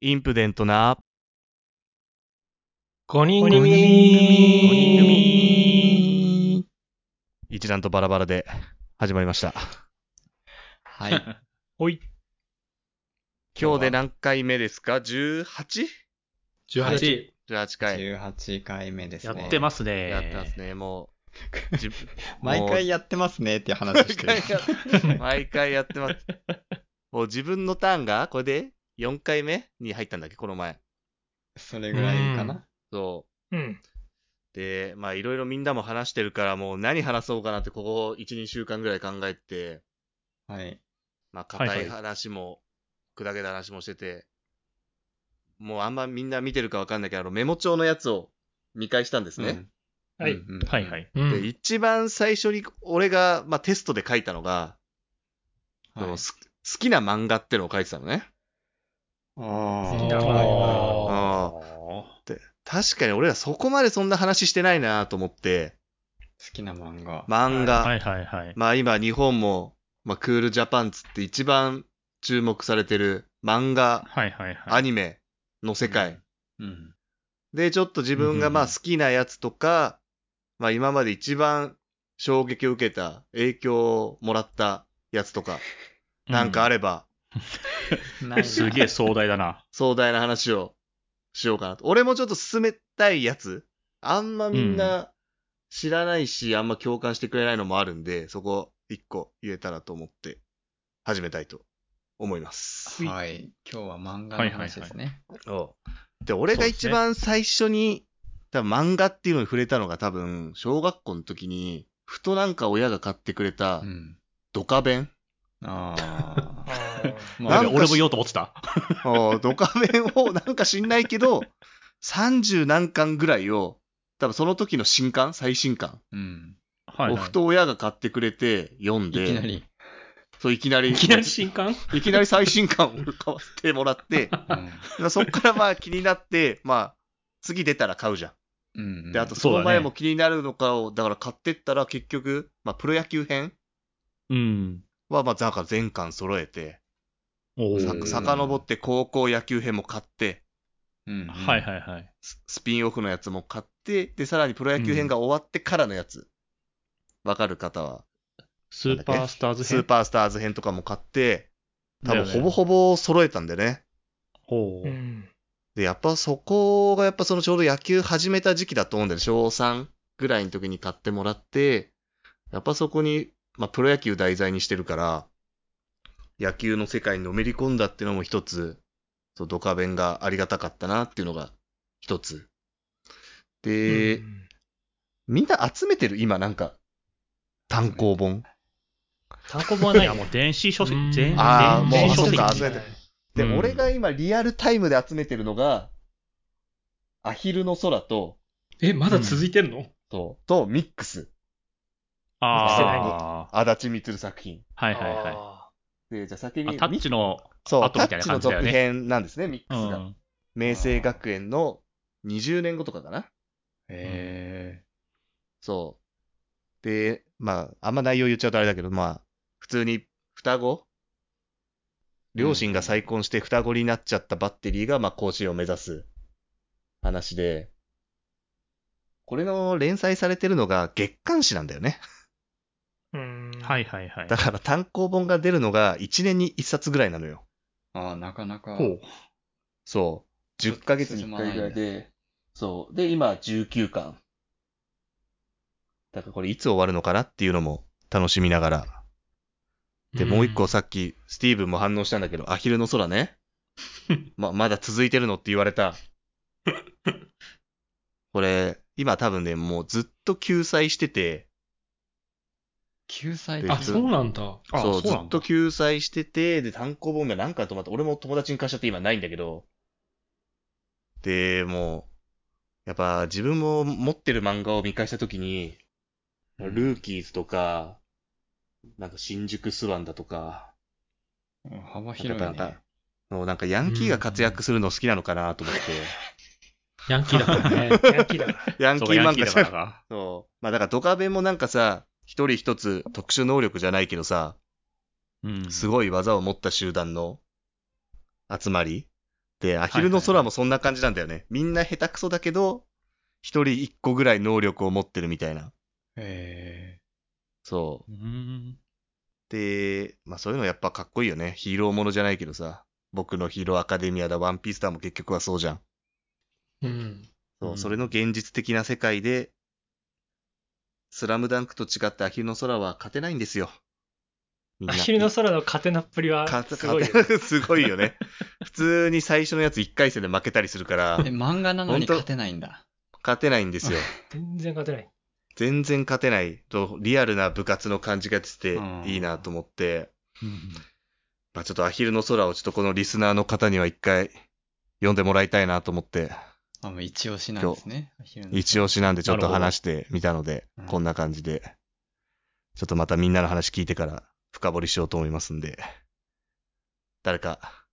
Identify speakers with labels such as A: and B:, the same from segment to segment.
A: インプデントな、
B: 5人
C: 組
B: 組
A: 一段とバラバラで始まりました。
C: はい。
B: おい。
A: 今日で何回目ですか ?18?18
B: 18。
A: 回。
C: 18回目です
B: や
C: ね。
B: って
C: す。
B: ますね。
A: やってますね、もう。じ
C: 毎回やってますねっていう 話してる。
A: もう 毎回やってます。もう自分のターンが、これで4回目に入ったんだっけこの前。
C: それぐらいかな。
A: そ
B: うん。
A: う。で、まあいろいろみんなも話してるから、もう何話そうかなってここ1、2週間ぐらい考えて、
C: はい。
A: まあ
B: はい
A: 硬
B: はい
A: い話も、砕けた話もしてて、もうあんまみんな見てるかわかんないけど、あのメモ帳のやつを見返したんですね。
C: うん。
B: はい
C: うんうん
B: はいはい。
A: で、一番最初に俺が、まあ、テストで書いたのが、そ
C: はい
A: のす好きな漫画ってのを書いてたのね。
C: あ
B: 好き
C: ー
B: な漫
C: は
B: 画
A: あ確かに俺らそこまでそんな話してないなと思って、
C: い好きな漫画。
A: 漫画、
B: はいはいはい。
A: まあ今日本も、まあ、クールジャパンつって一番注目されてる漫画、
B: はいはい
A: ア
B: はい。
A: ニメの世界。
C: うん。
A: で、ちょっと自分がまあ
B: うんうんうん
A: 好きなやつとか、まあ今まで一番衝撃を受けた、影響をもらったやつとか、なんかあ
B: れ。
A: れば、
C: ないな
B: すげえ壮大だな。
A: 壮大な話をしようかなと。俺もちょっと進めたいやつ。あんまみんな知らないし、あんま共感してくれないのもあるんで、そこ一個言えたらと思って始めたいと思います。
C: はい。今日は漫画の話ですね。
A: おうで、俺が一番最初に、多分漫画っていうのに触れたのが多分、小学校の時に、ふとなんか親が買ってくれた
C: う、ん。
A: ドカベン。
C: あ あ。
A: な
C: ま
A: んか
C: あ
B: 俺も言おうと思ってた。
A: おドカベンをなんか知んないけど、30何巻ぐらいを、多分その時の新刊、最新刊
C: うん。
B: はい
A: を
B: はい
A: ふ。と親が買ってくれて読ん
C: い
A: で、
C: きなり。
A: そういきなり、
B: いきなり新刊
A: いきなり最新刊を買わせてもらって、
C: うん
A: そっからまあ気になって、まあ、次出たら買うじゃ。
C: うんうんん。
A: で、あと
B: ん
A: そ
B: そうだ
A: の
B: ね
A: 前も気になるのかを、だから買ってったら結局、まあプロ野球編
B: うん。
A: はまあ、だから全巻揃えて、
B: お
A: さ
C: うん
A: 遡って高校野球編も買って、
C: うんうん。
B: はいはいはい。
A: ススピンオフのやつも買って、で、さらにプロ野球編が終わってからのやつ。わ、かる方は。
B: スーパースターズ
A: スー
B: 編。
A: パースターズ編とかも買って、多分
B: だよね
A: ほぼほぼ揃えたんでね。
B: ほう。
A: で、やっぱそこがやっぱそのちょうど野球始めた時期だと思うんだよね。小3ぐらいの時に買ってもらって、やっぱそこに、まあプロ野球題材にしてるから、野球の世界にのめり込んだっていうのも一つ、そう、ドカベンがありがたかったなっていうのが一つ。で、みんな集めてる今、なんか、単行本。
B: 単行本はないや、もう電子書籍。
D: うん
B: 全
A: あー
B: 電
A: も
B: 子
A: う
B: 書籍
A: そうか集めてで、
B: うん
A: 俺が今、リアルタイムで集めてるのが、アヒルの空と、
D: え、まだ続いてんの、
A: と、とミックス。
B: ああ。
A: 足立みつる作品。
B: はいはいは
A: で、じゃあ先
B: い。あ
A: に、
B: タ
A: ミ
B: ッチの、
A: そう、
B: 後
A: タ
B: みた
A: ッ
B: いな
A: チの
B: 感じだよ
A: 続
B: ね
A: 編なんですね、ミック
B: う
A: スが。
B: ん。
A: 明星学園の20年後とかかな。
C: へ
A: そう。で、まあ、あんま内容言っちゃうとあれだけど、まあ、普通に双子両親が再婚して双子になっちゃったバッテリーが、まあ、甲子園を目指す話で、これの連載されてるのが月刊誌なんだよね。
B: はいはいはい
A: だ。から単行本が出るのが1年に1冊ぐらいなのよ。
C: ーああ、なかなか。
B: ほう。
A: そう。10ヶ月に1回ぐらい
C: 進ま
A: で、そう。で、今19巻。だからこれいつ終わるのかなっていうのも楽しみながらで、もう一個さっき、スティーブンも反応したんだけど、アヒルの空 ね。ま、まだ続いてるのって言われ た。これ、今多分ね、もうずっと救済してて、
C: 救済
A: で
D: あ、
A: ず
D: そうなんだ。
B: あ
A: そう、ず
B: そうな
A: っ
B: ん
A: と
B: だ。
A: 救済してて、で、単行本がなんか止まって、俺も友達に貸しちゃって今ないんだけど、で、もう、やっぱ自分も持ってる漫画を見返したときに、ルーキーズとか、なんか新宿スワンだとか、
C: うん幅
A: なん
C: 広
A: か
C: い
A: なんか
C: ね。、
A: もうなんかヤンキーが活躍するの好きなのかなと思って、
D: ヤンキーだから ね。ヤンキーだから。
A: ヤンキ
B: そ
A: ー
B: うかヤン
A: 漫
B: キ
A: 画
B: ーだ
A: じゃ
B: か
A: な
B: ら
A: い。
B: か。
A: そう。まあだからドカベンもなんかさ、一人一つ特殊能力じゃないけどさ、
B: うん。
A: すごい技を持った集団の集まりで、アヒルの空もそんな感じなんだよね。みんな下手くそだけど、一人一個ぐらい能力を持ってるみたいな。
C: え
A: そう
B: ーん。
A: う。で、まあそういうのやっぱかっこいいよね。ヒーローものじゃないけどさ。僕のヒーローアカデミアだ、ワンピースだも結局はそうじゃん。
D: うん。
A: そう、
B: うん
A: それの現実的な世界で、スラムダンクと違ってアヒルの空は勝てないんですよ。みん
E: ア
A: な
E: ヒルの空の勝てなっぷりは
A: か
E: すごいよね。
A: か すごいよね。普通に最初のやつ1回戦で負けたりするから
C: え、漫画なの
A: ほん
C: に
A: と
C: 勝てないんだ。
A: 勝てないんですよ。
E: 全然勝て ない。
A: 全然勝てないと、リアルな部活の感じが出て
C: うん
A: ていいなと思って、
B: うん
A: まあちょっとアヒルの空をちょっとこのリスナーの方には一回読んでもらいたいなと思って、
C: あ、もう一押しなんですね。
A: 一
C: 応。
A: 押しなんでちょっと
B: なるほど
A: 話してみたので
C: うん、
A: こんな感じで、ちょっとまたみんなの話聞いてから深掘りしようと思いますんで、誰か、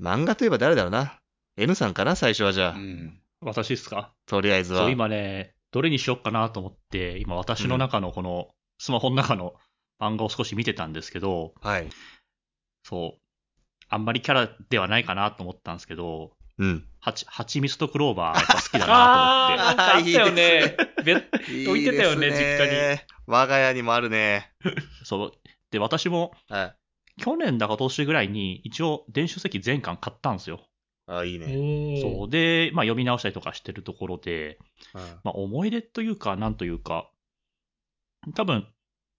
A: 漫画といえば誰だろうな。N さんかな最初はじゃあ、
C: うん。
B: 私ですか
A: とりあえずは。
B: そう、今ね、どれにしよっかなと思って、今私の中のこの、スマホの中の漫画を少し見てたんですけど、
A: はい。
B: そう、あんまりキャラではないかなと思ったんですけど、
A: うん。
B: はち、はちみつとクローバー やっぱ好きだなと思って。
E: あー、なんかあったよね。べ
A: 置
E: 置いてたよね
A: に。我が家にもあるね。
B: そう。で、私も
A: はい。
B: 去年だか今年ぐらいに一応電子書籍全巻買ったんですよ。
A: あ、いいね。
B: そう。で、まあ読み直したりとかしてるところで、
A: うん
B: まあ思い出というか、なんというか、多分、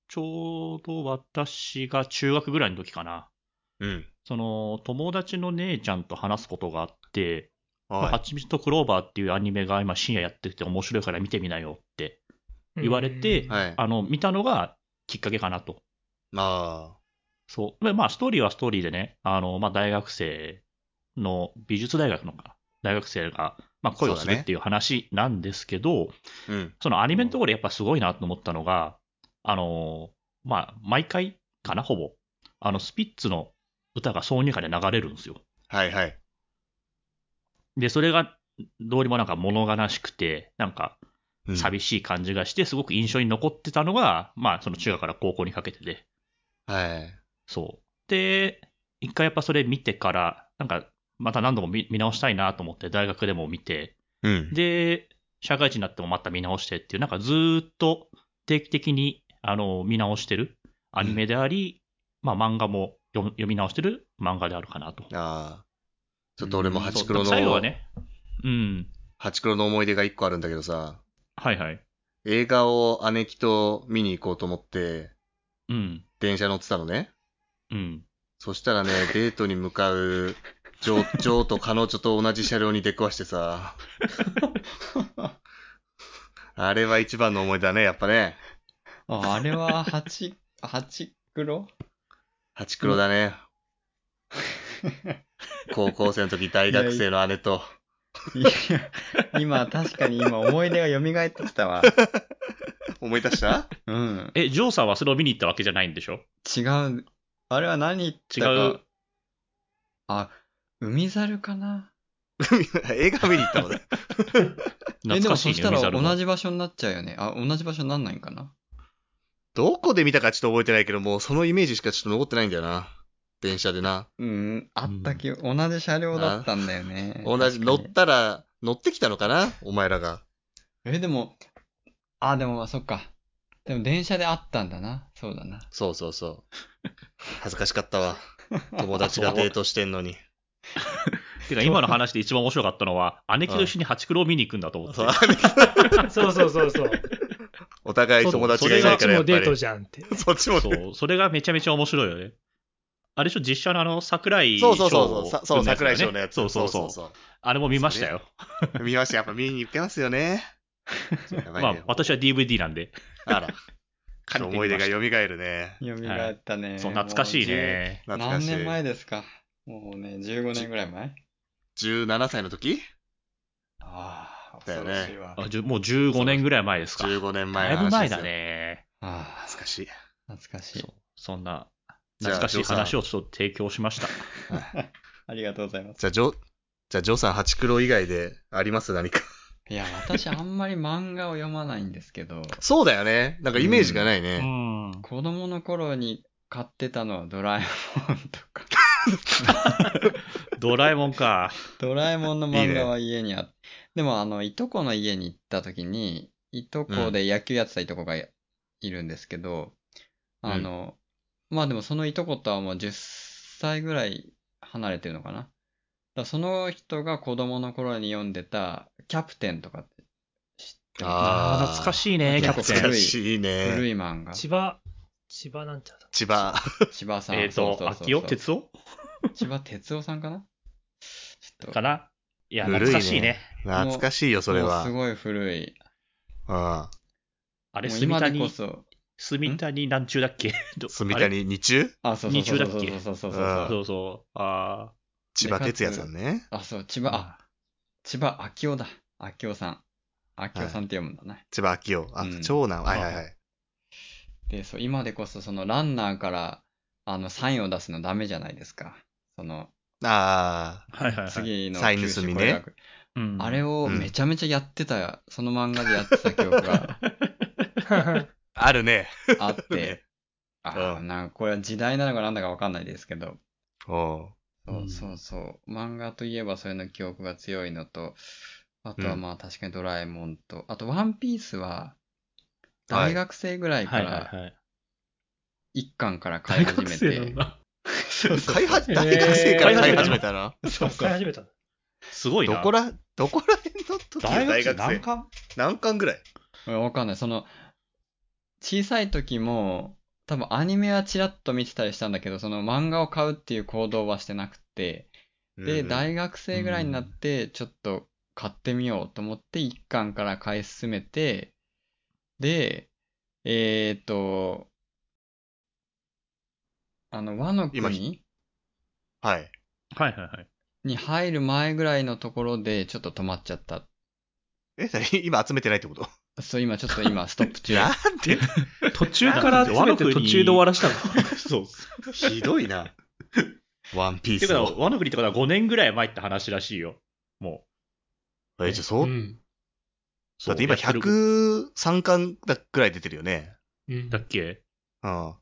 B: ちょうど私が中学ぐらいの時かな。
A: うん。
B: その、友達の姉ちゃんと話すことがあって、まあ
A: は
B: ハチミツとクローバーっていうアニメが今深夜やってて面白いから見てみなよって言われて
A: い。、はい。
B: あの、見たのがきっかけかなと。
A: あ
B: そう。まあまあ、ストーリーはストーリーでね、あの、まあ、大学生の、美術大学のかな大学生が、まあ、恋をするっていう話なんですけど、
A: あ。うん。
B: そのアニメのところでやっぱすごいなと思ったのが、あの、まあ、毎回かな、ほぼ。あの、スピッツの歌が挿入歌で流れるんですよ。
A: はいはい。
B: で、それが、どうにもなんか物悲しくて、なんか
A: うん
B: 寂しい感じがして、すごく印象に残ってたのが、まあ、その中学から高校にかけてで、
A: はい。
B: そう。で、一回やっぱそれ見てから、なんか、また何度も見見直したいなと思って、大学でも見て、
A: うん。
B: で、社会人になってもまた見直してっていう、なんかずーっと定期的に、あの、見直してるアニメであり、まあ漫画も読読み直してる漫画であるかなと。
A: ああ。ちょっと俺もハチク
B: そう
A: ロ
B: 最後は
A: の、
B: ね、うん。
A: ハチクロの思い出が一個あるんだけどさ、
B: はいはい。
A: 映画を姉貴と見に行こうと思って、
B: うん。
A: 電車乗ってたのね。
B: うん。
A: そしたらね、デートに向かう、ジョー、ジョーと彼女と同じ車両に出くわしてさ。あれは一番の思い出だね、やっぱね。
C: ああれは、八、八黒
A: ハチクロだね。高校生の時、大学生の姉と。
C: いや、今、確かに今、思い出が蘇ってきたわ。
A: 思い出した
C: うん。
B: え、ジョーさんはそれを見に行ったわけじゃないんでしょ
C: 違う。あれは何言ったか
B: 違う。
C: あ、海猿かな
A: 映画見に行ったのね。
C: え、
B: 懐
C: で
B: か
C: も
B: しいね、
C: そした
B: 海
C: ら
B: 猿も
C: 同じ場所になっちゃうよね。あ、同じ場所になんないんかな
A: どこで見たかちょっと覚えてないけど、もうそのイメージしかちょっと残ってないんだよな。電車でな。
C: うん、あったき、同じ車両だったんだよね。
A: 同じ、
C: 確
A: 乗
C: かに
A: ったら、乗ってきたのかなお前らが。
C: え、でも、あ、でも、そっか。でも、電車で会ったんだな。そうだな。
A: そうそうそう。恥ずかしかったわ。友達がデートしてんのに。
B: てか今の話で一番面白かったのは、姉貴と一緒にハチクロを見に行くんだと思って
A: そう。
E: そうそうそうそう。
A: お互い友達がい
E: そ
A: な
E: っ
A: いか
E: ち
A: らや
E: も
A: っぱ
E: デート
A: り。
E: じゃんって。
A: そっちもね
B: そう、それがめちゃめちゃ面白いよね。あれでしょ、実写のあの、桜井
A: そうそうそうそうさ。そう、
B: 君のやつだ
A: 桜井
B: よね
A: 翔のやつ。
B: そうそうそう。あれも見ましたよ。
A: う。見ました。やっぱ見に行けますよね。やばい
B: まあ
A: ね、。
B: 私は DVD なんで。
A: あら。
B: 借りて
A: 思い
B: み
A: 出
B: ま
A: が
B: し
A: 蘇るね。
C: 蘇ったね。
B: た。そう、懐かしいね。
C: もう。
A: 懐か
C: 何
A: しい。
C: 年前ですかもうね、15年ぐらい前
A: ?17 歳の時
C: ああ、
A: だよ
C: 恐
A: ね
C: ろしいわ。
B: あじゅもう15年ぐらい前ですか。
A: ?15 年前の
B: だいぶ
A: 話
B: 前
A: ですよ
B: だ。ね。
C: あ
A: 懐かしい。
C: あ、懐かしい
B: そ。うそんな、
A: じゃあ
B: 懐かしい話
A: ジョ
B: をちょっと提供しました。
C: ありがとうございます。
A: じゃあ、ジョ、じゃあ、ジョーさん、ハチクロ以外であります何か。
C: いや、私、あんまり漫画を読まないんですけど、
A: そうだよね。なんかイメージがないうね。
B: ん。
C: 子供の頃に買ってたのはドラえもんとか。
B: ドラえもんか。
C: ドラえもんの漫画は家にあっでもあの、いとこの家に行った時に、いとこで野球やってたいとこがいいるんですけど、
A: うん
C: あの、まあでもそのいとことはもう10歳ぐらい離れてるのかな。だからその人が子供の頃に読んでたキャプテンとかって
B: ああ、懐かしいね、キャプテ
A: 懐
B: ン
A: か。しい
C: 古
A: ね。
C: い漫画。
E: 千葉、千葉なんちゃらだ。
A: 千葉。
C: 千葉さん。
B: えっ、
C: そうそう
B: と、
C: そうそう
B: 秋代哲夫
C: 千葉哲夫さんかなちょっ
B: か
C: と、
B: な。いや、
A: 古いね
B: 懐かしいね。
A: 懐かしいよ、それ
C: もう
A: は。
C: す
A: うん。
C: ごい古い。
B: あれ、
C: もう
B: 住
C: 今でこ
B: 谷、
C: そ。
B: 住谷南中だっけど
A: 住
B: あれ
A: 谷日中
C: あ、そうそうそう
B: 二
C: そう。
B: 中だっけ
C: そうそうそう
A: あ
C: そう。
B: そうそう。あ
A: 千葉哲也さんね。
C: あ、そう、千葉、あ、千葉明夫だ。明夫さん。明夫さんって読むんだね。
A: 千葉明夫。あ、
C: うん
A: 長男。はいはいはい。
C: で、そう、今でこそそのランナーから、あの、サインを出すのダメじゃないですか。その、
A: あ
B: あ。はいはいはい。
C: 次の
A: サイン
C: 九
A: 盗
C: 州
A: みね
C: 語学
B: うん
C: あれを
A: うん
C: めちゃめちゃやってた、その漫画でやってた記憶 が
A: あ。あるね。
C: あっ
A: ね
C: て、あ
A: う
C: ーなんかこれは時代なのかなんだかわかんないですけど、
A: おう
C: そううんそうそう。漫画といえばそれの記憶が強いのと、あとはまあ確かにドラえもんと、あとワンピースは、
A: はい
C: 大学生ぐらいか
B: はいは
C: ら
B: いはい。
C: 一巻から買
D: 大
C: い始
D: 学
C: め
D: 生なん
C: て。
D: だ。
A: 買いは、大学生から買い始めたな。
E: そう使い始めた。
B: すごい
A: ど
B: な。
A: こら、どこら辺の時
B: 大
A: 大
B: 学生
A: 学
B: 何
A: 生。
B: 巻
A: 何巻ぐらい
C: うんわかんない。その、小さい時も、多分アニメはチラッと見てたりしたんだけど、その漫画を買うっていう行動はしてなくて、で、
A: うん
C: 大学生ぐらいになって、ちょっと買ってみようと思って、一巻から買い進めて、で、えっ、ー、と、あの、和の
A: 今
C: 国
A: はい。
B: はいはいはい。
C: に入る前ぐらいのところで、ちょっと止まっちゃった。
A: え、何 今集めてないってこと
C: そう、今ちょっと今、ストップ中。
A: なんて、
D: 途中から集めて途中で終わらしたの。
B: そう。
A: ひどいな。ワンピー
B: て
A: ス
B: か、
A: を。
B: ワノ国ってことは5年ぐらい前って話らしいよ。も
A: え、じゃあそう、
D: ん。
B: う。
A: だって今
B: そうやてる
A: 103巻だくらい出てるよね。
D: うん
B: だっけ
A: うん。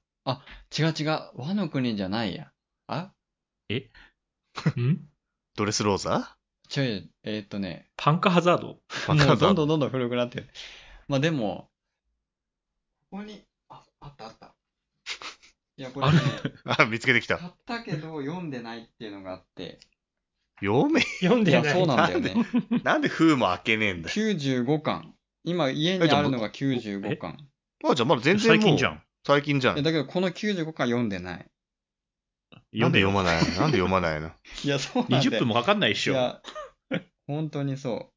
C: 違う違う、和の国じゃないや。あ
D: うん
A: ドレスローザ
C: ちょい、えーっとね、
D: パンカハザード
A: わ
C: も
A: かなん
C: うんど
A: い
C: どんどんどん古くなってる。まあでも、ここに、あ、あったあった。いや、これ、ね、
A: あ、見つけてき
C: 買
A: た。
C: ったけど読んでないっていうのがあって。
A: 読め。
E: 読ん
C: い
E: で
C: や、
E: ない。
C: そうなんだよね。
A: なんで封も開けねえ んだよ。
C: 95巻。今、家にあるのが95巻。
A: まあじゃあまだ全然もう。
B: 最近じゃん。
A: 最近じゃ
C: いや、
A: ん。
C: だけどこの95巻読んでない。
A: なんで読ま
B: ま
A: ないなんで読まないの
C: いや、そうなんだよ。
B: 20分もかかんないっし
C: い
B: ょ。
C: や、本当にそう。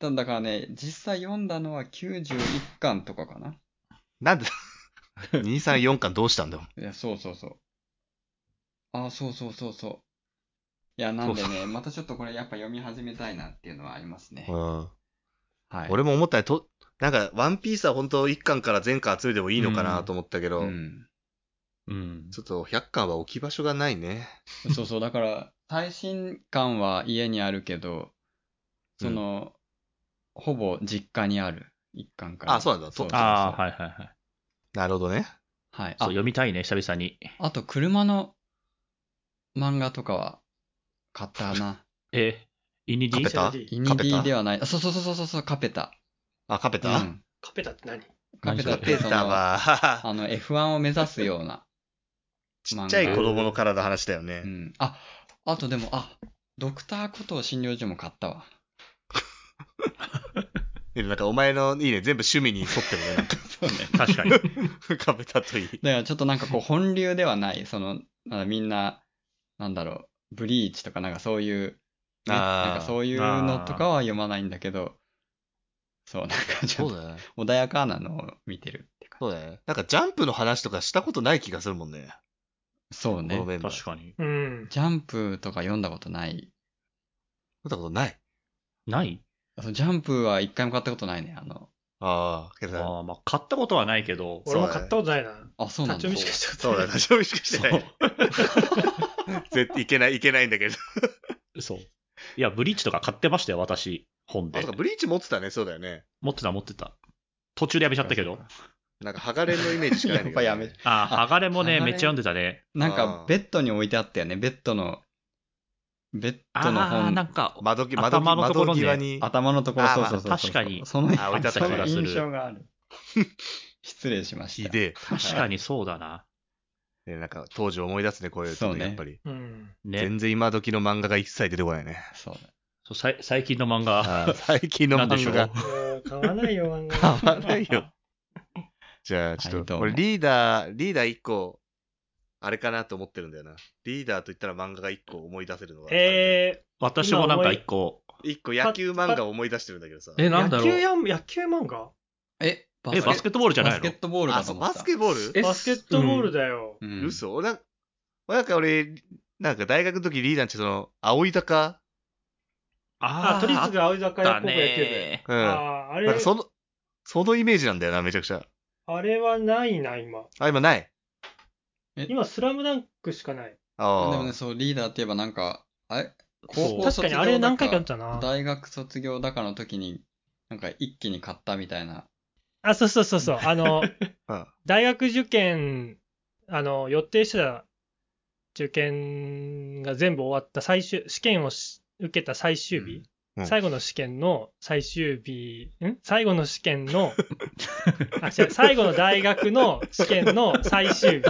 C: ただだからね、実際読んだのは91巻とかかな。
A: なんで ?234 巻どうしたんだよ。
C: いや、そうそうそう。あ、そうそうそうそう。いや、なんで ね、またちょっとこれやっぱ読み始めたいなっていうのはありますね
A: う。ん。
C: はい。
A: 俺も思ったよと、なんか、ワンピースは本当1巻から全巻集めてもいいのかなと思ったけど、
C: うん。
B: うん。
A: ちょっと100巻は置き場所がないね。
C: そうそう、だから、最新刊は家にあるけど、その、ほぼ実家にある一巻から。
A: あそうなんだと
B: ああ、
C: はい。
B: はいはいはい。
A: なるほどね。
C: はい。
B: そう、
C: あ、
B: 読みたいね、久々に。
C: あと、車の漫画とかは買 ったな。
B: えー、イニデ
A: カペ
B: ィ
A: タ
C: イニディではない。あそうそうそうそうそう、カペタ。
A: あ、カペ
C: う
A: タ、
C: ん。
E: カペタって何
C: カペタ
A: カ
C: っ
A: ペ
C: て、そ
A: タ
C: の、あ
A: は、
C: の、F1 を目指すような。
A: ちっちゃい子供の体の話だよね
C: う。ん。あ、あとでも、あ、ドクターコトー診療所も買ったわ。
A: でなんかお前の、いいね、全部趣味に沿ってるね、なんか。
C: そうね。
B: 確かに。
A: カペタといい。
C: だからちょっとなんかこう、本流ではない、その、なんかみんな、なんだろう、ブリーチとかなんかそういう、ね、
A: あー
C: なんかそういうのとかは読まないんだけど、そう、なんかちょっ
A: だね。
C: と穏やかなのを見てるってか。
A: そうだね。なんかジャンプの話とかしたことない気がするもんね。
C: そう
A: この
C: ね。
A: メンバー。
B: 確かに。
E: うん。
C: ジャンプとか読んだことない。
A: 見たことない。
B: ない
C: そうジャンプは一回も買ったことないね。あの、
A: ああ、けど
B: あーまあ、買ったことはないけど、
E: 俺も買ったことないな。
C: あ、そうな
E: 立
C: ん
E: ち
C: だ
E: 読。みしかした
A: そ
E: こ
A: う
E: と
A: だよ、
E: な
A: 立ち読
E: い。
A: みしかしてない。絶対いけない、いけないんだけど。
B: そう。いや、ブリーチとか買ってましたよ、私。本
A: あ、
B: で
A: そう。か、ブリーチ持ってたね、そうだよね。
B: 持ってた、持ってた。途中でやめちゃったけど。
A: なんか、ハガレンのイメージしかないんだけど、
C: やっぱや
B: ああ、
C: あ
B: 鋼もね、
C: 鋼
B: めっちゃ読んでたね。
C: なん
A: あ
C: か
A: ー
C: ベッドに置いてあったよね。ベッドの、ベッ
B: あ
C: ドの
B: あー、な
C: 本、
B: んか、
A: 窓際、窓
B: 頭
A: 際
B: のところ
A: 窓
B: ね
A: 際に、
C: 頭のところ、
A: あー
C: そう
A: まあ
C: そうそうそ
B: 確
C: う。
B: かに
C: その
B: あ置いてあった
C: そ
B: 気
C: の
B: がする
C: 印象がある。 失礼しま
A: ひ
C: した。
A: で
B: 確かにそうだな。
A: え。ねなんか、当時思い出すね、こういう
C: そう
A: の、
C: ね
A: やっぱり。
D: うん。
B: ね。
A: 全然今時の漫画が一切出てこないね。
C: そうね。
B: そうさい最近の漫画、
A: あー最近の
B: なんでしょ
A: 漫画が。
B: う。
D: もう買わない よ、漫
A: 買
D: 画。
A: わないよ。じゃあ、ちょっ
C: はいど
A: と、
C: うも
A: 俺リーダー、リーダー一個、あれかなと思ってるんだよな。リーダーと言ったら漫画が一個思い出せるのが。
D: え
B: 私もなんか一個、
A: ー。一個野球漫画を思い出してるんだけどさ。
F: え、
D: ー、
F: なんだ
D: 野
F: ろ
D: 球
F: う。
D: やん野球漫画
C: え、バ
B: え、バスケットボールじゃない
C: バス
B: の
C: ケットボール
A: あ、
C: だと
A: そう、
C: 思っ
A: バ
C: た。
A: スケボール
F: え
D: バスケットボールだよ。
C: うん
A: 嘘俺なん俺なんか俺、なんか大学の時リーダーってその、青い高
D: あ、都立
B: あ
D: が青い坂
B: った
D: 屋高校野球部。
B: ね。
A: うん。な
D: ああー、あ
A: ん
D: れ
A: か、その、そのイメージなんだよな、めちゃくちゃ。
D: あれはないな、今。
A: あ、今ない。
D: 今、スラムダンクしかない。
A: ああ。
C: でもね、そう、リーダーって言えばなんか、あ
B: そ
C: れ
B: う
C: 高校
D: 確か
C: 卒
D: に、
C: 業
D: あれ何回かあったな。
C: 大学卒業だからの時に、なんか一気に買ったみたいな。
D: あ、そうそうそうそう。あの、
A: うん
D: 大学受験、あの、予定してた受験が全部終わった最終、試験をし受けた最終日、
A: うんうん
D: 最後の試験の最終日、ん最後の試験の、 あ、違う、最後の大学の試験の最終日、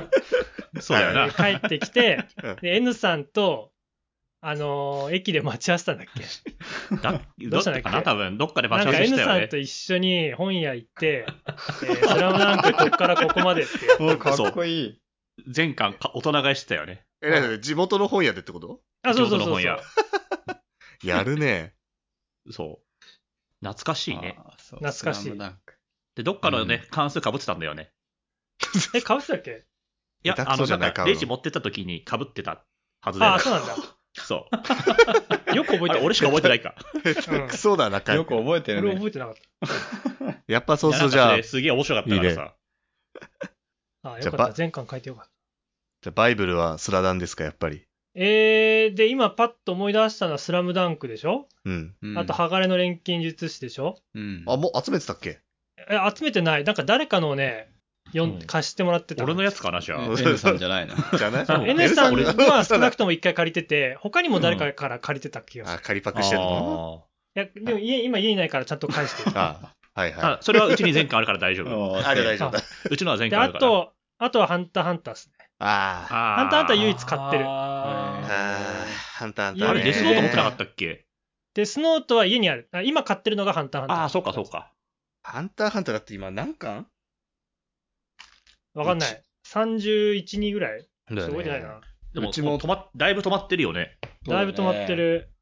B: そうだよ
D: え
B: な。
D: ー帰ってきて
A: うん、
D: で、N さんと、あのー駅で待ち合わせたんだっけ
B: だ
D: ど
B: ど
D: う
B: う
D: し
B: したた
D: んだっけ
B: かな多分、どっか で待
D: な
B: ち
D: ん
B: 合わ
D: か
B: せし
D: N
B: たよ
D: さん
B: ね
D: と。一緒に本屋行って、えースラムダンクこっからここまでっていう。
B: そう
C: かっこいい。
B: 前回か大人買いしてたよね。
A: え、なんか地元の本屋でってこと
D: あ、そうそう
B: 地元の
D: そう
B: 本
D: そ
B: 屋
D: う。
A: やるね。
B: そう。懐かしいね。
C: あーそう
D: 懐かしい
C: スラムダンク
B: で、どっかのね、関数被ってたんだよね。
D: え、買うてたっけ
B: いや、
A: 下手
B: あ
A: くそ
B: の、
A: じゃない
B: なんか
A: 被る
B: レ
A: の
B: ジ持ってった時に被ってたはずだよ
D: あ
B: ね
D: あ、そう なんだ。
B: そう。
D: よく覚え
B: あれ
D: てる。
B: 俺しか覚えてないか。
D: うん
A: クソだな、
C: よく覚えてる
D: 俺
C: ね。
D: 覚えてなかっ
A: やっぱそうすると
B: い
A: じ
B: やな
A: ゃ
B: んか
A: あ、
B: それ
A: じ
B: すげえ面白かったから
A: い
B: さ。
D: た。あ
A: じゃ
D: よ
A: あ
D: かっ
A: ば
D: た。全巻書いてよかった。
A: ゃあバイブルはスラダンですか、やっぱり。
D: えー、で、今パッと思い出したのはスラムダンクでしょ、
A: うん。
C: うん
D: あと、鋼の錬金術師でしょ
C: うん。
A: あ、もう集めてたっけ
D: え、集めてない。なんか誰かのをね、読ん
B: うん
D: 貸してもらってた。
B: 俺のやつかな、じゃあ。
A: ん
C: え N さんじゃ ないの。
A: じゃない
D: N さん
A: 俺
D: は少なくとも一回借りてて、他にも誰かから借りてた気がする。
A: あ、仮パクしてるの
D: いや、でも家、今家にないからちゃんと返してる。
A: あはい
B: あー
A: は
B: あそれはうちに前回あるから大丈夫。
A: い。
C: あ
A: あれ大丈夫だ。
B: うちのは前
D: で、
B: 回あ
D: あ
B: るから。
D: と、あとはハンターハンターですね。
A: ああ。
B: あー、
D: ハンターハンター唯一買ってる
C: あー
A: あーハンターハンターね。。
B: あれ、デスノート持ってなかったたっけ
D: で、スノートは家にある。あ今買ってるのがハンターハンター。
B: ああ、そうか、そう。か。
A: ハンターハンターだって今何巻
D: わかんない。31、2ぐらいすごいじゃないな。。
B: でも、
A: うちも
B: もう止ま、だいぶ止まってるよね。
D: だいぶ止まって。る。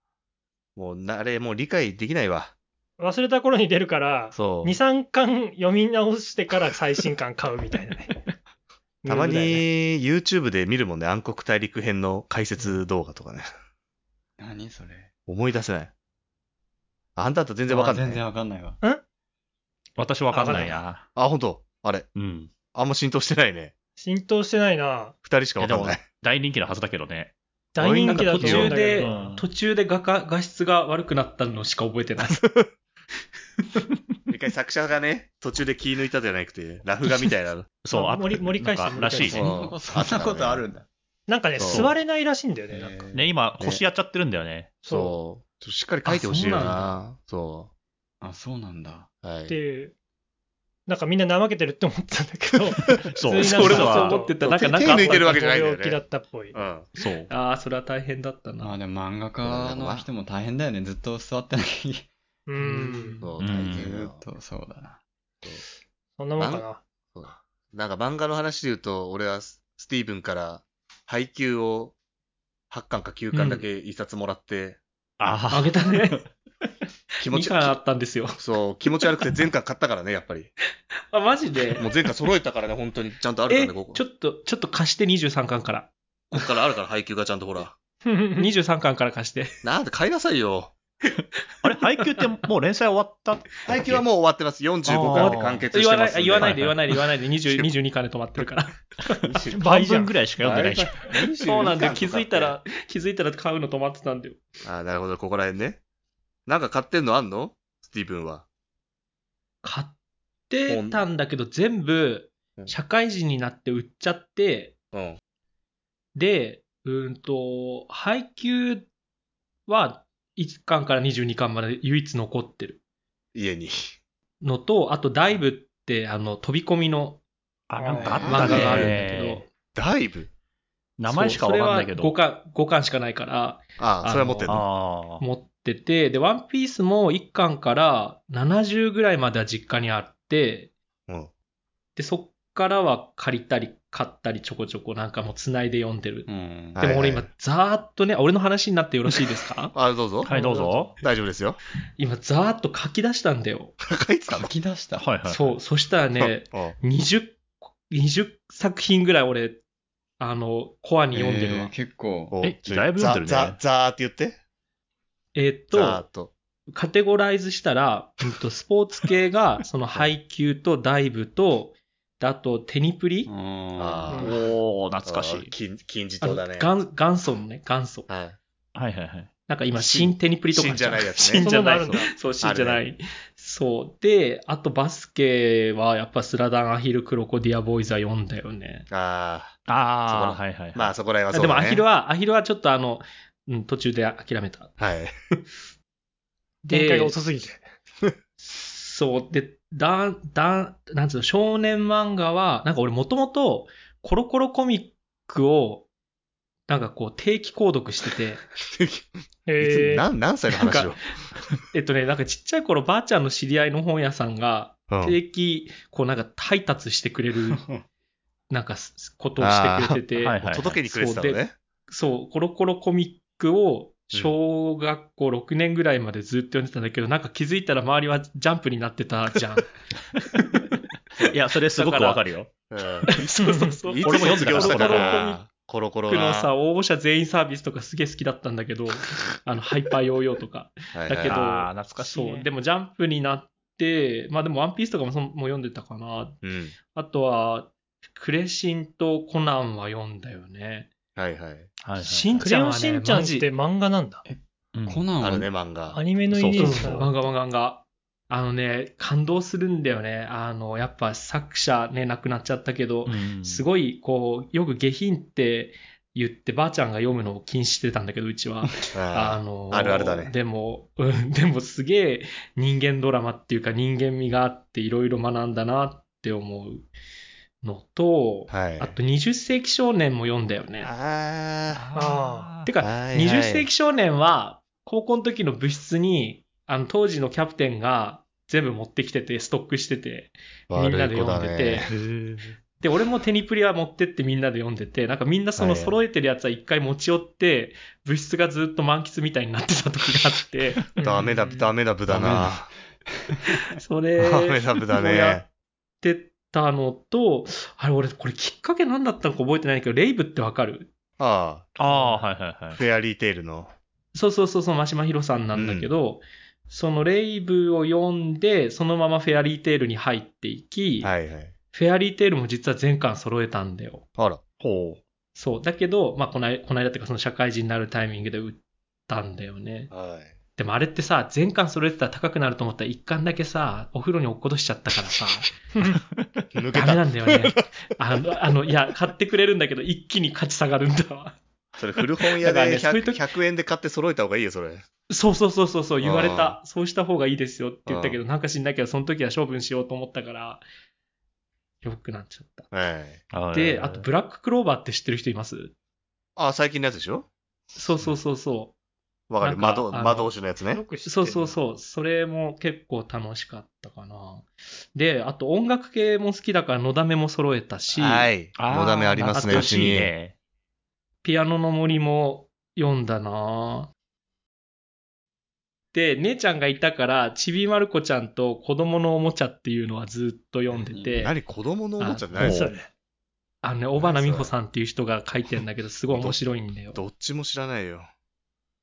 A: もう、なあれ、もう理解できないわ。
D: 忘れた頃に出るから、
A: そ
D: 2、3巻読み直してから最新巻買うみたいな ね。
A: う。たま
D: ルールだよね
A: に YouTube で見るもんね、暗黒大陸編の解説動画とかね。
C: 何それ。
A: 思い出せない。あハンターハンター全然わかん
C: あ全然
A: ない。
C: わかんないわ。
B: 私わかんない
D: わ
B: な。
A: あ、ほんとあれ、
B: うん。
A: あんま浸透してないね。
D: 浸透してないな。
A: 二人しかわかんない。
B: 大人気のはずだけどね。
D: 大人
F: なん
D: 気
F: か
D: だ
F: 途
D: と思
F: 中
D: うんだけ
F: で
D: ど。、
F: 途中で画家画質が悪くなったのしか覚えてない。
A: 一回作者がね、途中で気抜いたじゃなくて、ラフ画みたいな。
B: そう、
D: あ
B: あ
D: 盛り盛り返して
B: なんからしいね
D: 盛り。
A: そ
C: そ
A: うん
C: なことそんなことあるんだ。
D: なんかね、
A: そう
D: 座れないらしいんだよね。なんか
C: えー
B: ね、今、腰やっちゃってるんだよね。
D: そ
A: そう。ちょっとしっかり書いてほしいよな。そ
C: あ、そうなんだ。
A: う。は
D: う。って
A: い。
D: いう。なんかみんな怠けてるって思ったんだけど、
B: そ
D: 普
B: う、
D: 通
B: そ
D: に
B: れ
D: なんか
B: もそう
D: そう
B: 思ってた。
A: そう
B: なんか、
A: 手
B: なん
A: 手
B: か
A: 抜い、てるわけじゃないんだよ
D: 病
A: ね
D: 気だったっぽい。
A: うん。
B: そう。
F: ああ、それは大変だった
C: ま
F: な
C: あ。でも漫画家の人も大変だよね。ずっと座ってない。ず
D: う。
F: うん
A: そう、
B: うん
A: 大変だ
C: ー
A: よ
C: っと、そうだな。
D: そんなもんかな。
A: そうだなんか漫画の話で言うと、俺はススティーブンから配給を8巻か9巻だけ一冊もらって、
F: あげたね。
A: 気持
F: 2
A: ち、
F: 巻あったんですよ。
A: そう、気持ち悪くて全巻買ったからね、やっぱり。
F: あ、マジ で。
A: もう全巻揃えたからね、本当に。ちゃんとある
F: え、
A: からね、
F: ち
A: こ
F: ょ
A: こ。
F: っと、ちょっと貸して23巻から。
A: こっからあるから配給がちゃんとほら。
F: 23巻から貸して。
A: なんで買いなさいよ。
B: あれ、配給ってもう連載終わった
A: 配給はもう終わってます。45巻で完結し
F: 言わ
A: てま
F: な
A: すん
F: い、
A: で。
F: 言わないで、言わないで、言わないで、20 22巻で止まってるから。
D: 倍じゃ
B: 半
D: ん
B: 分ぐらいしか読んでないじゃん。
F: そうなんだよ。気づいた
A: ら
F: ら、気づいたら買うの止まってたんだよ。
A: あーなるほど、ここら辺ね。なんか買ってんのあんのスティーブンは。
F: 買ってたんだけど、全部
A: う、ん
F: 社会人になって売っちゃって、
A: うん。
F: で、うーんと、配給
D: は1巻から22巻まで唯一残ってる
A: 家に。
D: のと、あとダイブってあの飛び込みの
B: あ、なんかあ
D: 漫画
B: った
D: があるんだけど、
B: ね。
A: だいぶ。
B: 名前しかわかんないけど。
D: そうそれは5巻、5巻しかないから
A: ああ、それは持ってんの。
B: ああ。
D: 持ってて、で、ワンピースも1巻から70ぐらいまでは実家にあって、
A: うん。
D: で、そっからは借りたり買ったりちょこちょこなんかもう繋いで読んでる。
C: うん
A: は。い
D: でも俺今、ざーっとね、俺の話になってよろしいです か
A: あ、どうぞ。
B: はい、どう。ぞ。
A: 大丈夫ですよ。
D: 今、ざーっと書き出したんだよ。
A: 書いてた
C: 書
A: の
C: き出した。
B: はいはい。
D: そう、そした らね、
A: うんうん
D: 20、20作品ぐらい俺、あの、コアに読んでる
C: え
D: わ
C: ー。結構。
A: お
B: えだいぶ読んでるね
A: ザ、ザ、ザーって言って。
D: えーっ
A: ザー
D: と
A: っ、と。
D: カテゴライズしたら、うんとスポーツ系 が、その配球とダイブと、であとテニプリ、
A: あ
C: あ
A: ー
B: おお懐かし
A: あー
B: い。
A: 金、金字塔
D: あの
A: だね。
D: 元元祖のね、元祖。
A: はい。
B: はいはいはい。
D: なんか今、
A: 新
D: 新テニプリとか
A: 新じゃないやつね
D: 新じゃな
E: そ
D: い
E: んなのあるん。
D: そう、新じゃな
A: あ
D: い
A: る。
D: そう。で、あとバスケは、やっぱスラダン、アヒル、クロコ、ディア、ボーイズは読んだよね。
A: あ
B: あ
A: そ
B: あ、
A: こ
B: はいはいはい。
A: あ、まあそこら辺はそう
D: でも
A: だ
D: ア
A: ね。
D: ヒルは、アヒルはちょっとあの、うん、途中で諦めた。
A: はい。
E: 展開
D: で
E: が、遅すぎて。
D: そう。で、だん、だん、なんつうの、少年漫画は、なんか俺もともと、コロコロコミックを、なんかこう、定期購読してて、
E: えー、
A: 何、何歳の話を。
D: えっとね、なんかちっちゃい頃、ばあちゃんの知り合いの本屋さんが、
A: うん。
D: 定期、こうなんか配達してくれ る、なんかす、ことを
A: あー
D: してくれてて、
B: はいはい
A: 届けにくれてたのね。
D: そう、コロコロコミックを、小学校6年ぐらいまでずっと読んでたんだけど、なんか気づいたら周りはジャンプになってたじゃん。
B: いや、それすごくわかるよ。
A: うん
D: そうそうそう。
A: いつ
B: 俺も読んで
A: 卒
B: たから
A: 業したか
D: コロコロコ
A: な。コロコロ
D: ミッ僕の
A: な。
D: さ、応募者全員サービスとかすげえ好きだったんだけ ど、あの、ハイパーヨーヨーとか。
A: はい
D: だけ
A: はい
D: ど、
B: あー懐かしいね
D: そう、でもジャンプになって、まあでもワンピースとかもそのもう読んでたかな。
A: うん。
D: あとは、クレシンとコナンは読んだよね。
A: はいはい。
B: はいはい。
D: しん
E: ク
D: ち
E: レ
D: ゃん
E: ヨ
D: は
E: ン
D: ね、
E: しんちゃんっ
D: マジ
E: て漫画なんだ。
B: うん
C: コナン
A: ある
C: は
A: ね、漫画
E: ア。ニメのイメージ
D: そう
E: だ
D: 漫画漫画漫画。あのね、感動するんだよね。あの、やっぱ作者ね、亡くなっちゃったけど、
B: うん
D: すごい、こう、よく下品って言って、ばあちゃんが読むのを禁止してたんだけど、うちは。あ
A: あ
D: の
A: あるあるだね
D: でも、うん、 でもすげえ人間ドラマっていうか人間味があっていろいろ学んだなって思うのと、
A: あ。はい。
D: あと20世紀少年も読んだよね。
A: あ
D: て
A: あ。
D: か、
A: はいはい
D: 20世紀少年は高校の時の部室にあの当時のキャプテンが全部持ってきてて、ストックしてて、みんなで読んで
A: 悪
D: て
A: い子だね、
D: で、俺もテニプリは持ってってみんなで読んでて、なんかみんなその
A: はいはい
D: 揃えてるやつは一回持ち寄って、部室がずっと満喫みたいになってた時があって、
A: ダメだ、ダメだ、ぶだな。
D: それ、
A: ダメだ、ぶだ
D: をやっ
A: ね。
D: てたのと、あれ、俺、これきっかけ何だったのか覚えてないけど、レイブってわかる
A: あ
B: ああ、はいはいは
A: あ。
B: い。
A: フェアリーテイルの。
D: そうそうそう、そう、真島ひろさんなんだけど、そのレイブを読んで、そのままフェアリーテイルに入っていき、
A: はいはい。
D: フェアリーテイルも実は全巻揃えたんだよ。
A: あら。
B: ほう。
D: そう。だけど、まあ、この間、この間っていうか、その社会人になるタイミングで売ったんだよね。
A: はい。
D: でもあれってさ、全巻揃えてたら高くなると思ったら、一巻だけさ、お風呂に落っことしちゃったからさ、
A: 抜け
D: ダメ
A: た。
D: なんだよね。あの、あの、いや、買ってくれるんだけど、一気に価値下がるんだわ。
A: それ古本屋
D: だから
A: で
D: ねそういう
A: 100,
D: 時
A: 100円で買って揃えた方がいいよ、それ。
D: そうそうそうそうそう、言われ
A: あ
D: た。そうした方がいいですよって言ったけど、なんか知んないけど、その時は処分しようと思ったから、よくなっちゃっ
A: はい。
B: は
D: た。
B: い
D: で、あと、ブラッククローバーって知ってる人います
A: あ、最近のやつでしょ
D: そうそうそうそ
A: わかる。
D: なんか
A: 窓、
D: あの
A: 窓押しのやつね
E: よ。く知っ
D: う。
E: てる
D: そうそうそう。それも結構楽しかったかな。で、あと音楽系も好きだから、のだめも揃えたし、
A: はい。
B: ー
A: のだめありますね、
B: 懐
A: う
B: か
A: ち
B: しい
A: に。
B: ね。
D: ピアノの森も読んだなで、姉ちゃんがいたから、ちびまる子ちゃんと子供のおもちゃっていうのはずっと読んでて、
A: 何子供のおもちゃって
D: あ
A: 何
E: そ
A: そ
E: れ
A: れ
D: あのね、小花美穂さんっていう人が書いてんだけど、すごい面白いんだよ。
A: どっちも知らないよ。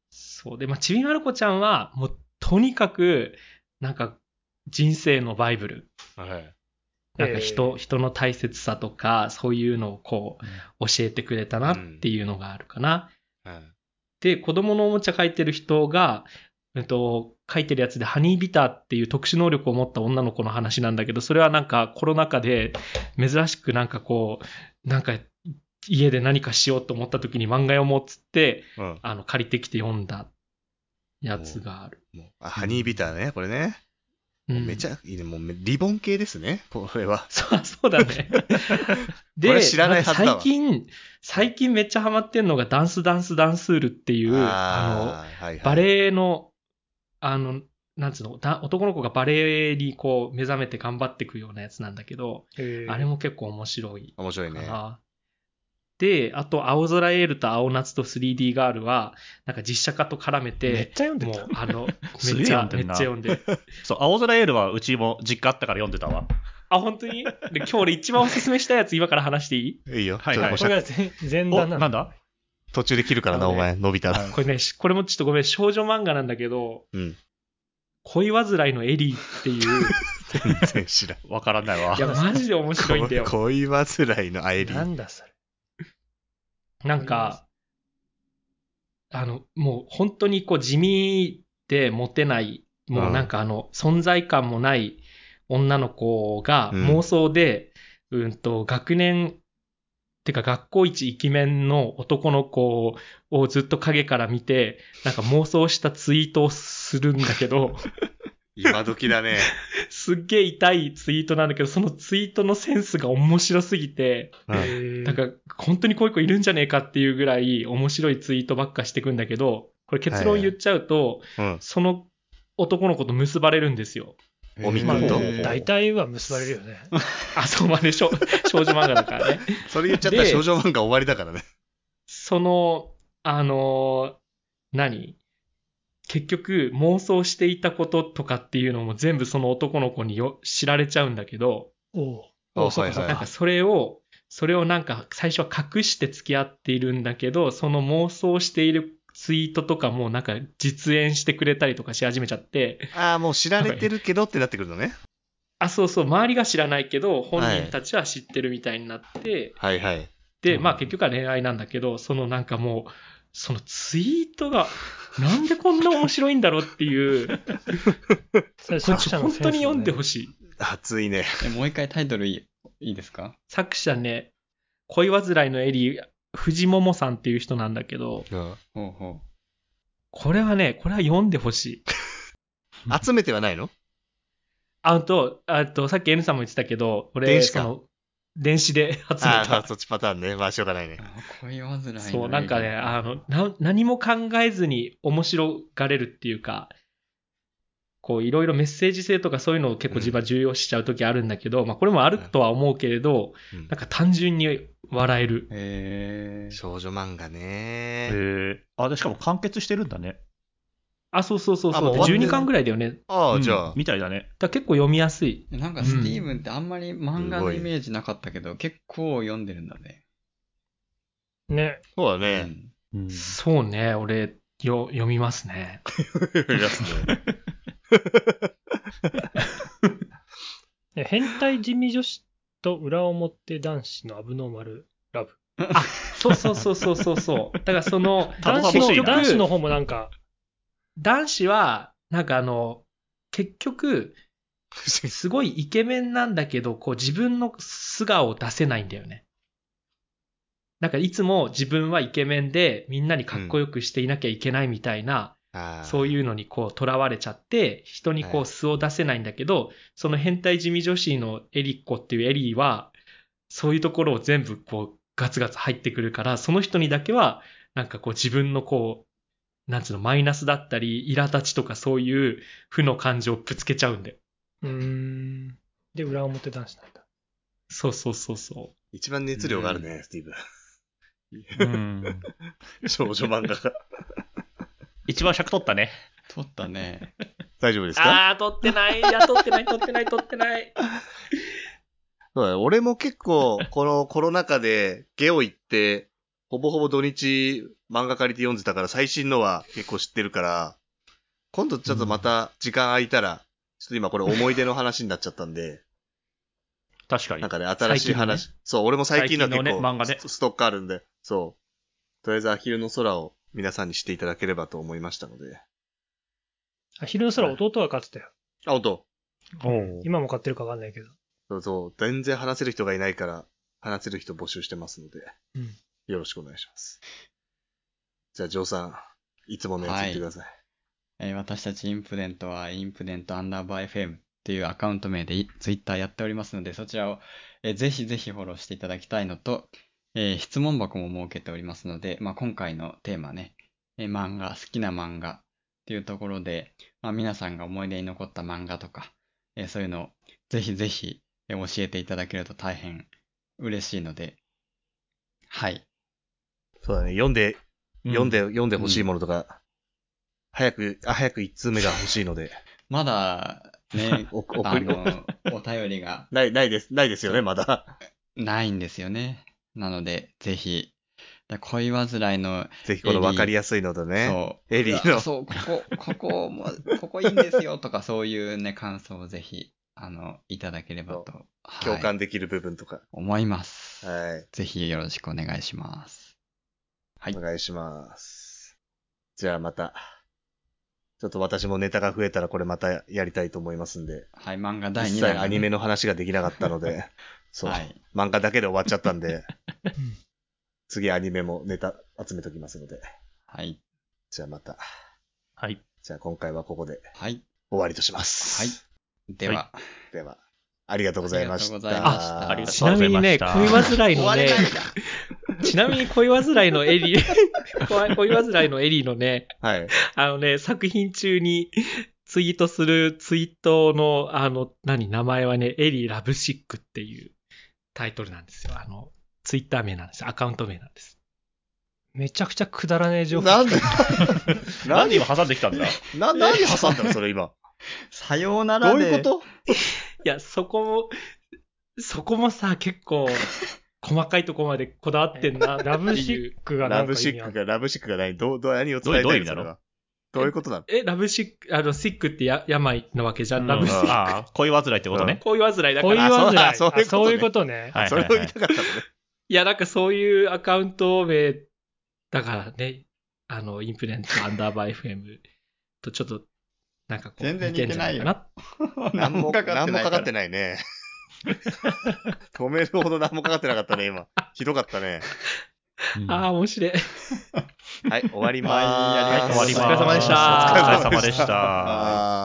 D: そう。で、まあ、ちびまる子ちゃんは、もう、とにかく、なんか、人生のバイブル。
A: はい。
D: なんか人、人の大切さとか、そういうのをこう、教えてくれたなっていうのがあるかな。
A: うん
D: で、子供のおもちゃ書いてる人が、えっと、書いてるやつで、ハニービターっていう特殊能力を持った女の子の話なんだけど、それはなんかコロナ禍で珍しくなんかこう、なんか家で何かしようと思った時に漫画読もうっつって、
A: うん。
D: あの、借りてきて読んだやつがある。
A: もうあハニービターね、これね。
D: うん
A: めちゃいいね。もうめリボン系ですね、これは。
D: そう、そうだね。
A: これ知らないはずだわ
D: んか最近、最近めっちゃハマってんのがダンスダンスダンスールっていう、あ
A: ーはいはい
D: の、バレエの、あの、なんつうの、だ男の子がバレエにこう目覚めて頑張っていくようなやつなんだけど、
E: へー
D: あれも結構面白い
A: 面白い
D: か
A: ね。
D: な。で、あと、青空エールと青夏と 3D ガールは、なんか実写化と絡め、
E: めってちゃ読んで
D: も
E: た
D: う、あの、
B: すげ
D: めっ
B: え
D: ちゃ
B: 読ん、で
D: めっ
B: ん
D: ち
B: な
D: ゃ読んでる。
B: そう、青空エールはうちも実家あったから読んでたわ。
D: あ、本当にで今日俺一番おすすめしたやつ今から話していい
A: いいよ。
B: はい
A: ちょっと
B: はい
A: お
E: こ
A: しゃ
E: れが前前
B: お、
E: 段
B: な
E: なんん
B: だ
E: だ。
A: 途中で切るからな、お前、伸びたら。
D: これね、しこれもちょっとごめん、少女漫画なんだけど、
A: うん
D: 恋煩いのエリーって いう、
A: 全然知らん。
B: わからないわ
D: い。や、マジで面白いんだよ。
A: 恋煩いのアイリ
E: な
A: ーン。
E: んだそれ。
D: なんか、あの、もう本当にこう地味でモテない、もうなんかあの、存在感もない女の子が
A: うん
D: 妄想で、うん、と、学年、てか学校一イケメンの男の子をずっと影から見て、なんか妄想したツイートをするんだけ ど、
A: 今時だね。
D: すっげえ痛いツイートなんだけど、そのツイートのセンスが面白すぎて、
A: うん
D: なんか本当にこういう子いるんじゃねえかっていうぐらい面白いツイートばっかしてくんだけど、これ結論言っちゃうと、
A: うん。
D: その男の子と結ばれるんですよ。
A: おみ
E: ま
A: く
E: あ
A: ん
E: も
A: と
E: う大体は結ばれるよね。
D: あ、そうまでしょ、少女漫画だからね。
A: それ言っちゃったら
D: で
A: 少女漫画終わりだからね。
D: その、あのー何結局妄想していたこととかっていうのも全部その男の子によ知られちゃうんだけど、
E: おう
A: あはいはい
D: なんかそれを、それをなんか最初は隠して付き合っているんだけど、その妄想しているツイートとかもなんか実演してくれたりとかし始めちゃって、
A: ああ、もう知られてるけどってなってくるのね。
D: あ、そうそう、周りが知らないけど、本人たちは知ってるみたいになって、
A: はいはい。
D: で、
B: うん
D: まあ結局は恋愛なんだけど、そのなんかもう、そのツイートが、 なんでこんな面白いんだろうっていう、こ
E: それ
D: れ
E: 作者の
D: 本当に読んでほ
E: しい。
D: しい。
A: 熱いね。
C: えもう一回タイトルいいいいですか
D: 作者ね、恋煩いのエリー、藤桃さんっていう人なんだけど、
C: ほうほ
D: これはね、これは読んでほしい。
A: 集めてはないの
D: あと、あと、さっき N さんも言ってたけど、俺、
A: 電子か
D: その、電子で集め
A: ああ、
D: た。
A: そっちパターンね。まあ、しょうがないね
C: う。。あ恋煩いの
D: そう、なんかね、
C: あ
D: あの、な何も考えずに面白がれるっていうか、こう、いろいろメッセージ性とかそういうのを結構自分は重要視しちゃう時あるんだけど、まあ、これもあるとは思うけれど、
A: うん
D: なんか単純に笑える。
C: へえ。
A: 少女漫画
B: へ
A: ね。
B: え。あ、で、しかも完結してるんだね。
D: あ、そうそうそう
A: あも
D: そうう。で
A: 終わってる
D: 12巻ぐらいだよね。だか
A: あ
B: う
A: あ、
B: ん
A: じゃあ。
B: みたいだね。
D: ら結構読みやすい。
C: なんかスティーブンってあんまり漫画のイメージなかったけど、結構読んでるんだね。
E: ね。
A: そうだ
C: う
A: ね。
C: ん
B: うん
D: そうね、俺、よ読みますね。
A: やつね
E: ね変態地味女子と裏表男子のアブノーマルラブ。
D: そうそうそうそうそうそう。だからその、
B: タ
E: 男
B: バコ
E: 子
B: 欲しい
E: の、
B: な
E: 男子の方もなんか、
D: 男子は、なんかあの、結局、すごいイケメンなんだけど、こう自分の素顔を出せないんだよね。なんかいつも自分はイケメンでみんなにかっこよくしていなきゃいけないみたいな、
A: あー
D: そういうのにこう囚われちゃって、人にこ
A: は
D: う
A: い
D: 素を出せないんだけど、その変態地味女子のエリコっていうエリーは、そういうところを全部こうガツガツ入ってくるから、その人にだけはなんかこう自分のこう、なんつうの、マイナスだったり、苛立ちとかそういう負の感情をぶつけちゃうんだよ。
E: うーん。で、裏表男子なんだ。
D: そうそうそうそう。
A: 一番熱量があるね、スティーブ。
B: うん。
A: 少女漫画が。
B: 一番尺取ったね。
C: 撮ったね。
A: 大丈夫ですか
D: ああー、取ってない。いや、取ってない、取ってない、取ってない。
A: そうだね俺も結構、このコロナ禍でゲオ行って、ほぼほぼ土日漫画借りて読んでたから、最新のは結構知ってるから、今度ちょっとまた時間空いたら、ちょっと今これ思い出の話になっちゃったんで、
B: 確かに
A: なん。かね、新しい話。そう、俺も最近のは結構、
B: 最近のね漫画ね
A: スストックあるんで、そう。とりあえず、アヒルの空を皆さんにしていただければと思いましたので。
E: あ昼の空、弟が勝ってたよ。
A: あ、おと、
B: おう
E: 今も勝ってるかわかんないけど。
A: そうそう、全然話せる人がいないから、話せる人募集してますので、
E: うん
A: よろしくお願いします。じゃあ、ジョーさん、いつものやつ言ってください。
C: えー私たちインプデントはインプデントアンダーバー FM っていうアカウント名でいツイッターやっておりますので、そちらを、えーぜひぜひフォローしていただきたいのと、えー質問箱も設けておりますので、まあ、今回のテーマね、えー漫画、好きな漫画っていうところで、まあ、皆さんが思い出に残った漫画とか、えーそういうのをぜひぜひ、えー教えていただけると大変嬉しいので、はい。
A: そうだね。読んで、読んで、
B: う
A: 読んで欲しいものとか、早く、あ、早く一通目が欲しいので。、
C: まだ、ね
A: お 送
C: あ
A: り
C: の、お便りが
A: ない、ないです、ないですよね、まだ。
C: ないんですよね。なので、ぜひ、だ恋煩いの、
A: ぜひこの分かりやすいのでね。
C: そう。
A: エリーの
C: うわそう、ここ、ここも、ここいいんですよとか、そういうね、感想をぜひ、あの、いただければと、はい
A: 共感できる部分とか。
C: 思います。
A: はい。
C: ぜひよろしくお願いします。はい
A: お願いします。じゃあまた。ちょっと私もネタが増えたらこれまたやりたいと思いますんで。
C: はい、漫画第
A: 一
C: 2
A: 切
C: 弾、
A: アニメの話ができなかったので。そう。
C: はい。
A: 漫画だけで終わっちゃったんで。次アニメもネタ集めときますので。
C: はい。
A: じゃあまた。
B: はい。
A: じゃあ今回はここで
C: はい。
A: 終わりとします。
C: では、
A: はい。では、ありがとうございました。
C: ありがとうございました
B: ありがとうございました
D: ちなみ にね、 恋煩いのね、ちなみに恋煩いのエ リー、恋煩いのエリーのね、
A: はい。
D: あのね、作品中に ツイートするツイートの、あの、何、名前はね、エリーラブシックっていうタイトルなんですよ。あの、ツイッター名なんです。アカウント名なんです。
E: めちゃくちゃくだらねえ情報。
A: なんで
B: 何を挟んできたんだ
A: な、何挟んだのそれ今。
C: さようなら
A: ど
C: で。
A: ういうこと
D: いや、そこも、そこもさ、結構、細かいとこまでこだわってんな。
E: ラブ
D: ってい
E: シ
D: う
E: ックがな
A: ラ
E: ん
A: ブ
E: か意
A: シ
E: 味
A: ッ
E: あ
A: ク
E: る。
A: が、ラブシックが何どう、どう、何を伝え
B: ど
A: た
B: う
A: い
B: い
A: のそれ
B: う意味な
A: は。どういうことなの
D: え、ラブシック、あの、シックってや病なわけじゃん。ラブシック。
B: ああ、恋煩いってことね。
D: こういう煩いだか
E: 恋
D: ら。
E: 煩い。
A: あ
E: あ
A: そうあそ
E: そうう
A: い
E: いうう
A: こ
E: ことね。
B: はい
A: それを言いたかったのね。
D: いや、なんかそういうアカウント名、だからね、あの、インプレントアンダーバー FM とちょっと、なんかこう、
C: 全然
D: 似てんじゃないかな。
A: 何もかかってない。何もかかって
C: ない。
A: ないね。止めるほど何もかかってなかったね、今。ひどかったね。
D: ああ、面白い。
A: はい、終わりま
C: はいあり
A: ー
C: がと
A: す。
C: うございます
D: はい終わりますお疲れ様でした
A: お疲れ様でした。
B: お疲れ様でした
A: あー